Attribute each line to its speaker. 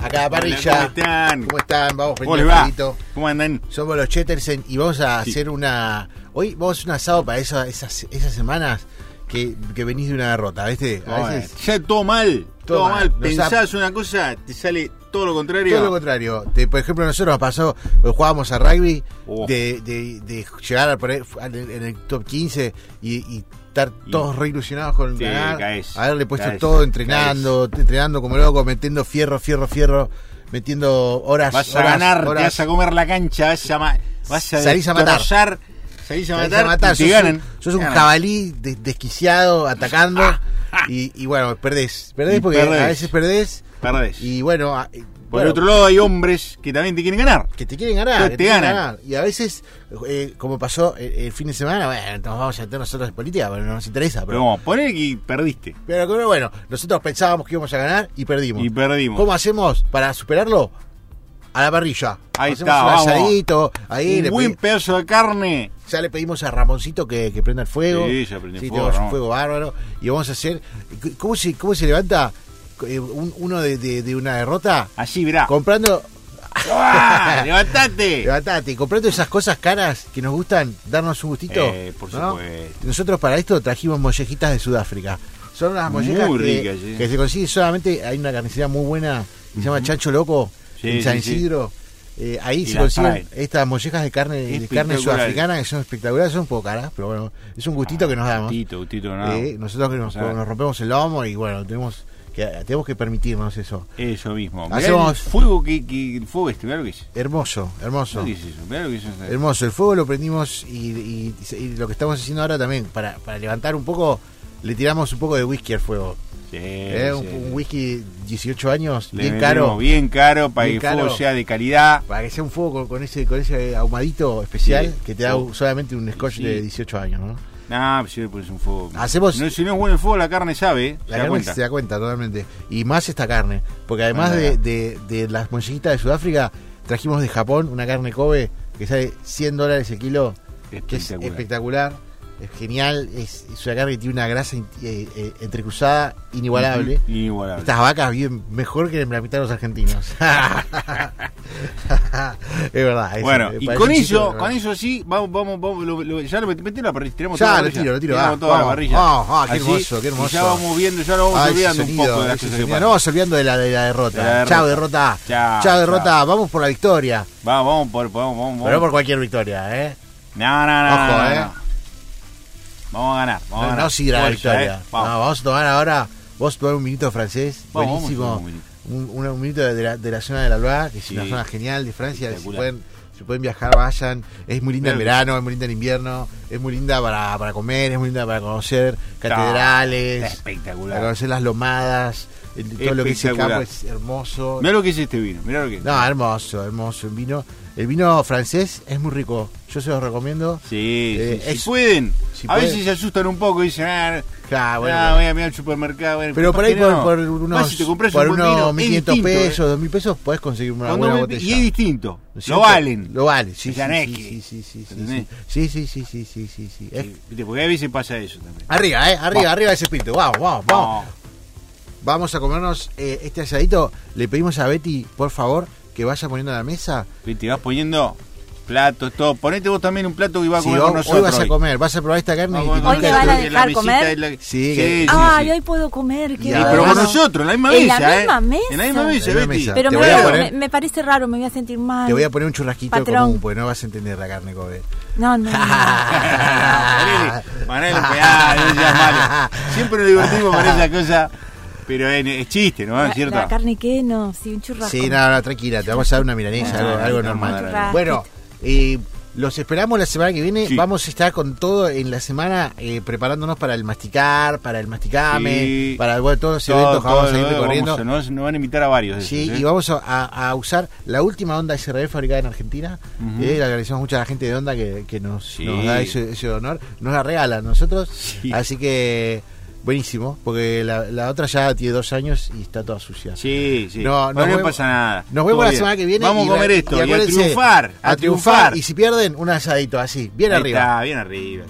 Speaker 1: Acá,
Speaker 2: ¿Cómo
Speaker 1: parrilla.
Speaker 2: están?
Speaker 1: ¿Cómo están? Vamos,
Speaker 2: ¿Cómo
Speaker 1: prender
Speaker 2: les va?
Speaker 1: fueguito.
Speaker 2: ¿Cómo andan?
Speaker 1: Somos los Chettersen y vamos a
Speaker 2: Sí.
Speaker 1: hacer una. Hoy vamos a hacer un asado para esas, esas, esas semanas que, que venís de una derrota, ¿viste? A veces.
Speaker 2: Ya todo mal, todo,
Speaker 1: Todo
Speaker 2: mal.
Speaker 1: mal. Nos ha-
Speaker 2: Pensás una cosa, te sale todo lo contrario.
Speaker 1: Todo lo contrario. Te- por ejemplo, nosotros nos pasó, cuando jugábamos a rugby,
Speaker 2: Oh.
Speaker 1: de, de- de llegar a por ahí- al- en el top 15 y, y estar
Speaker 2: Y-
Speaker 1: todos re ilusionados con
Speaker 2: Sí,
Speaker 1: ganar.
Speaker 2: caes,
Speaker 1: haberle puesto
Speaker 2: caes,
Speaker 1: todo entrenando, entrenando como loco, metiendo fierro, fierro, fierro, metiendo horas.
Speaker 2: Vas a
Speaker 1: horas,
Speaker 2: ganar, te
Speaker 1: horas.
Speaker 2: vas a comer la cancha, vas a, ma- vas a
Speaker 1: Salís a matar.
Speaker 2: destrozar, Salís a
Speaker 1: Te vas
Speaker 2: matar,
Speaker 1: a matar,
Speaker 2: y te
Speaker 1: sos
Speaker 2: ganan.
Speaker 1: un, sos un
Speaker 2: Ganan. Ah,
Speaker 1: jabalí de- desquiciado atacando y, y bueno, perdés. Perdés
Speaker 2: Y
Speaker 1: porque
Speaker 2: perdés.
Speaker 1: a veces perdés
Speaker 2: Perdés.
Speaker 1: y bueno, a-
Speaker 2: Por
Speaker 1: bueno,
Speaker 2: el otro lado hay hombres que también te quieren ganar.
Speaker 1: que te quieren ganar.
Speaker 2: Te
Speaker 1: que te quieren
Speaker 2: ganan.
Speaker 1: ganar. Y a veces, eh, como pasó el, el fin de semana, bueno, nos vamos a meter nosotros en política, pero no nos interesa.
Speaker 2: Pero
Speaker 1: Pero,
Speaker 2: vamos, poner que perdiste.
Speaker 1: pero bueno, nosotros pensábamos que íbamos a ganar y perdimos.
Speaker 2: Y perdimos.
Speaker 1: ¿Cómo hacemos para superarlo? A la parrilla.
Speaker 2: Ahí
Speaker 1: Hacemos
Speaker 2: está,
Speaker 1: un
Speaker 2: vamos.
Speaker 1: asadito, ahí le
Speaker 2: un buen
Speaker 1: pedi-
Speaker 2: pedazo de carne.
Speaker 1: Ya le pedimos a Ramoncito que, que prenda el fuego.
Speaker 2: Sí, ya prendió fuego,
Speaker 1: tenemos un
Speaker 2: Ramón.
Speaker 1: fuego bárbaro. Y vamos a hacer. ¿Cómo se, cómo se levanta eh, un- uno de, de- de una derrota?
Speaker 2: Así, verá.
Speaker 1: Comprando.
Speaker 2: ¡Ah! ¡Levantate!
Speaker 1: Levantate, comprando esas cosas caras que nos gustan, darnos un gustito.
Speaker 2: Eh, por supuesto.
Speaker 1: Nosotros para esto trajimos mollejitas de Sudáfrica. Son unas
Speaker 2: Muy
Speaker 1: mollejas que,
Speaker 2: ricas, sí.
Speaker 1: que se consigue solamente. Hay una carnicería muy buena que se llama Chancho Loco
Speaker 2: Sí,
Speaker 1: en San
Speaker 2: sí, sí.
Speaker 1: Isidro. Eh, ahí
Speaker 2: Y
Speaker 1: se
Speaker 2: las
Speaker 1: consiguen
Speaker 2: traen.
Speaker 1: estas mollejas de carne de carne
Speaker 2: Espectaculares.
Speaker 1: sudafricana que son espectaculares, son un poco caras, pero bueno, es un gustito que nos damos.
Speaker 2: Ah, Gustito, gustito, no.
Speaker 1: Eh, nosotros que nos,
Speaker 2: O sea,
Speaker 1: nos rompemos el lomo y bueno, tenemos que, tenemos que permitirnos eso.
Speaker 2: Eso mismo. Mirá
Speaker 1: Hacemos-
Speaker 2: el fuego que, que el fuego este, mirá lo que es.
Speaker 1: Hermoso, hermoso.
Speaker 2: Mirá lo que es eso, mirá lo que es eso.
Speaker 1: Hermoso, el fuego lo prendimos y, y- y lo que estamos haciendo ahora también, para, para levantar un poco, le tiramos un poco de whisky al fuego.
Speaker 2: Sí,
Speaker 1: ¿eh? un,
Speaker 2: sí.
Speaker 1: un whisky 18 años,
Speaker 2: Le
Speaker 1: bien
Speaker 2: metemos
Speaker 1: caro,
Speaker 2: Bien caro para
Speaker 1: Bien
Speaker 2: que el fuego
Speaker 1: caro.
Speaker 2: sea de calidad.
Speaker 1: para que sea un fuego con, con ese con ese ahumadito especial
Speaker 2: Sí.
Speaker 1: que te da un- solamente un scotch
Speaker 2: Sí.
Speaker 1: de 18 años. ¿no?
Speaker 2: No, pues si le pones un fuego.
Speaker 1: Hacemos-
Speaker 2: No, si no es bueno el fuego, la carne sabe. ¿eh?
Speaker 1: La
Speaker 2: se da
Speaker 1: carne
Speaker 2: cuenta.
Speaker 1: se da cuenta totalmente. Y más esta carne, porque además
Speaker 2: Anda.
Speaker 1: de, de- de las mollejitas de Sudáfrica, trajimos de Japón una carne Kobe que sale 100 dólares el kilo. que es
Speaker 2: Espectacular.
Speaker 1: espectacular, es genial, es, es una carne que tiene una grasa in- eh, eh, entrecruzada inigualable.
Speaker 2: Ujú, Inigualable.
Speaker 1: Estas vacas bien mejor que la mitad de los argentinos. es verdad. es-
Speaker 2: Bueno,
Speaker 1: eh,
Speaker 2: y
Speaker 1: parece
Speaker 2: con
Speaker 1: un chiste,
Speaker 2: eso,
Speaker 1: pero-
Speaker 2: con eso sí, vamos, vamos, vamos, lo- lo- ya lo met- metí en la parrilla, tiramos
Speaker 1: Ya,
Speaker 2: toda la
Speaker 1: lo
Speaker 2: parrilla.
Speaker 1: tiro, lo tiro,
Speaker 2: Tiramos
Speaker 1: ah,
Speaker 2: toda la
Speaker 1: vamos.
Speaker 2: parrilla.
Speaker 1: Ah, ah, qué
Speaker 2: Así,
Speaker 1: hermoso, qué
Speaker 2: y
Speaker 1: hermoso.
Speaker 2: Ya vamos viendo, ya lo vamos
Speaker 1: Ay, ese
Speaker 2: olvidando
Speaker 1: sonido,
Speaker 2: un poco de las
Speaker 1: ese
Speaker 2: cosas que
Speaker 1: sonido.
Speaker 2: pasan.
Speaker 1: Nos vamos olvidando de la, de la derrota.
Speaker 2: De la derrota.
Speaker 1: Chao, derrota.
Speaker 2: Chao,
Speaker 1: Chao,
Speaker 2: chao.
Speaker 1: derrota. Vamos por la victoria.
Speaker 2: Vamos, vamos, por, vamos, vamos.
Speaker 1: Pero no
Speaker 2: vamos.
Speaker 1: por cualquier victoria, ¿eh?
Speaker 2: No, no, no,
Speaker 1: Ojo,
Speaker 2: no, no,
Speaker 1: eh.
Speaker 2: no. Vamos a ganar, vamos a
Speaker 1: No,
Speaker 2: ganar.
Speaker 1: no sidra la
Speaker 2: Bolsa,
Speaker 1: victoria.
Speaker 2: eh.
Speaker 1: No,
Speaker 2: Vamos.
Speaker 1: vamos a tomar ahora. Vos tomar un vinito francés.
Speaker 2: Vamos, vamos a
Speaker 1: buenísimo.
Speaker 2: tomar un vinito.
Speaker 1: un, un, un vinito de la, de la zona de la Loire, que es
Speaker 2: Sí.
Speaker 1: una zona genial de Francia. Si
Speaker 2: Espectacular.
Speaker 1: pueden, si pueden viajar, vayan. Es muy linda en
Speaker 2: Bien.
Speaker 1: verano, es muy linda en invierno. Es muy linda para, para comer, es muy linda para conocer catedrales, para
Speaker 2: Espectacular.
Speaker 1: conocer las lomadas. el- todo lo que dice el campo es hermoso.
Speaker 2: Mirá lo que es este vino, mirá lo que es.
Speaker 1: No, hermoso, hermoso. El vino, el vino francés es muy rico. Yo se los recomiendo.
Speaker 2: Sí,
Speaker 1: Eh,
Speaker 2: sí, sí.
Speaker 1: es-
Speaker 2: pueden.
Speaker 1: si
Speaker 2: a
Speaker 1: pueden.
Speaker 2: veces se asustan un poco y dicen, ah,
Speaker 1: Ah, bueno,
Speaker 2: ah, voy a mirar al supermercado. bueno,
Speaker 1: Pero por
Speaker 2: capaz
Speaker 1: ahí
Speaker 2: que
Speaker 1: por,
Speaker 2: no.
Speaker 1: por
Speaker 2: Vas
Speaker 1: unos,
Speaker 2: y te compras
Speaker 1: por
Speaker 2: un buen
Speaker 1: unos
Speaker 2: vino, es
Speaker 1: 1500
Speaker 2: distinto, eh.
Speaker 1: pesos, 2000 pesos, podés conseguir una
Speaker 2: Con
Speaker 1: buena
Speaker 2: dos mil pe-
Speaker 1: botella.
Speaker 2: Y es distinto.
Speaker 1: ¿Cierto?
Speaker 2: Lo valen.
Speaker 1: Lo valen, sí,
Speaker 2: O
Speaker 1: sí,
Speaker 2: sea, no es que-
Speaker 1: sí, sí, sí, sí, sí,
Speaker 2: ¿entendés?
Speaker 1: sí, sí, sí, sí, sí, sí, sí. Es-
Speaker 2: Sí, viste, Porque a veces pasa eso también.
Speaker 1: Arriba, eh, arriba,
Speaker 2: Vamos.
Speaker 1: arriba ese espíritu, vamos, vamos, vamos. Vamos a comernos eh, este asadito, le pedimos a Betty, por favor, que vaya poniendo a la mesa.
Speaker 2: Viste, vas poniendo platos, todo. Ponete vos también un plato que va a
Speaker 1: Si
Speaker 2: comer
Speaker 1: vos-
Speaker 2: con nosotros.
Speaker 1: hoy vas a comer, vas a probar esta carne.
Speaker 2: Vamos
Speaker 1: y
Speaker 2: a comer con
Speaker 1: te
Speaker 3: Hoy te
Speaker 1: pica el-
Speaker 3: van a
Speaker 2: nosotros, en la
Speaker 3: dejar comer.
Speaker 2: mesita, en la- Sí,
Speaker 1: Sí,
Speaker 2: sí,
Speaker 3: Ay,
Speaker 2: sí.
Speaker 3: hoy puedo comer. qué
Speaker 1: Y
Speaker 2: Sí,
Speaker 1: ahora
Speaker 2: pero con
Speaker 3: bárbaro.
Speaker 1: vamos-
Speaker 2: nosotros, en la misma
Speaker 3: En
Speaker 2: mesa.
Speaker 3: la misma
Speaker 2: eh.
Speaker 3: mesa.
Speaker 2: En la misma mesa,
Speaker 1: En la
Speaker 2: Betty.
Speaker 1: mesa.
Speaker 3: Pero
Speaker 1: Te
Speaker 3: me,
Speaker 1: voy a
Speaker 3: voy a-
Speaker 1: poner-
Speaker 3: me- me parece raro, me voy a sentir mal.
Speaker 1: Te voy a poner un churrasquito
Speaker 3: Patrón.
Speaker 1: común, porque no vas a entender la carne, Kobe.
Speaker 3: No, no. no.
Speaker 2: Manel, Manel, ah, no seas malo. Siempre nos divertimos con esa cosa, pero en- es chiste, ¿no? ¿Es
Speaker 3: La,
Speaker 2: cierto?
Speaker 3: la carne que no, sí, un churrasco.
Speaker 1: Sí, nada, tranquila, te vamos a dar una milanesa,
Speaker 2: Ah,
Speaker 1: algo, algo
Speaker 2: no,
Speaker 1: normal.
Speaker 3: maravilla.
Speaker 1: Bueno, eh, los esperamos la semana que viene.
Speaker 2: Sí.
Speaker 1: Vamos a estar con todo en la semana eh, preparándonos para el masticar, para el masticame,
Speaker 2: Sí.
Speaker 1: para bueno, todos los
Speaker 2: Todo,
Speaker 1: eventos que
Speaker 2: todo,
Speaker 1: vamos a ir
Speaker 2: todo,
Speaker 1: recorriendo.
Speaker 2: vamos a- nos, nos van a invitar a varios. de
Speaker 1: Sí,
Speaker 2: esos, ¿eh?
Speaker 1: y vamos a, a- a usar la última onda SRL fabricada en Argentina.
Speaker 2: Ujú.
Speaker 1: Eh, le agradecemos mucho a la gente de onda que, que nos,
Speaker 2: Sí.
Speaker 1: nos da ese, ese honor. Nos la regalan nosotros.
Speaker 2: Sí.
Speaker 1: Así que Buenísimo, porque la, la otra ya tiene dos años y está toda sucia.
Speaker 2: Sí, sí.
Speaker 1: No,
Speaker 2: No,
Speaker 1: nos
Speaker 2: no,
Speaker 1: vemos-
Speaker 2: pasa nada.
Speaker 1: Nos vemos
Speaker 2: Todo
Speaker 1: la
Speaker 2: bien.
Speaker 1: semana que viene. y
Speaker 2: Vamos a comer
Speaker 1: la-
Speaker 2: esto y, a
Speaker 1: acuérdense,
Speaker 2: triunfar.
Speaker 1: A triunfar. Y si pierden, un asadito así, bien
Speaker 2: Ahí
Speaker 1: arriba.
Speaker 2: Está, bien arriba.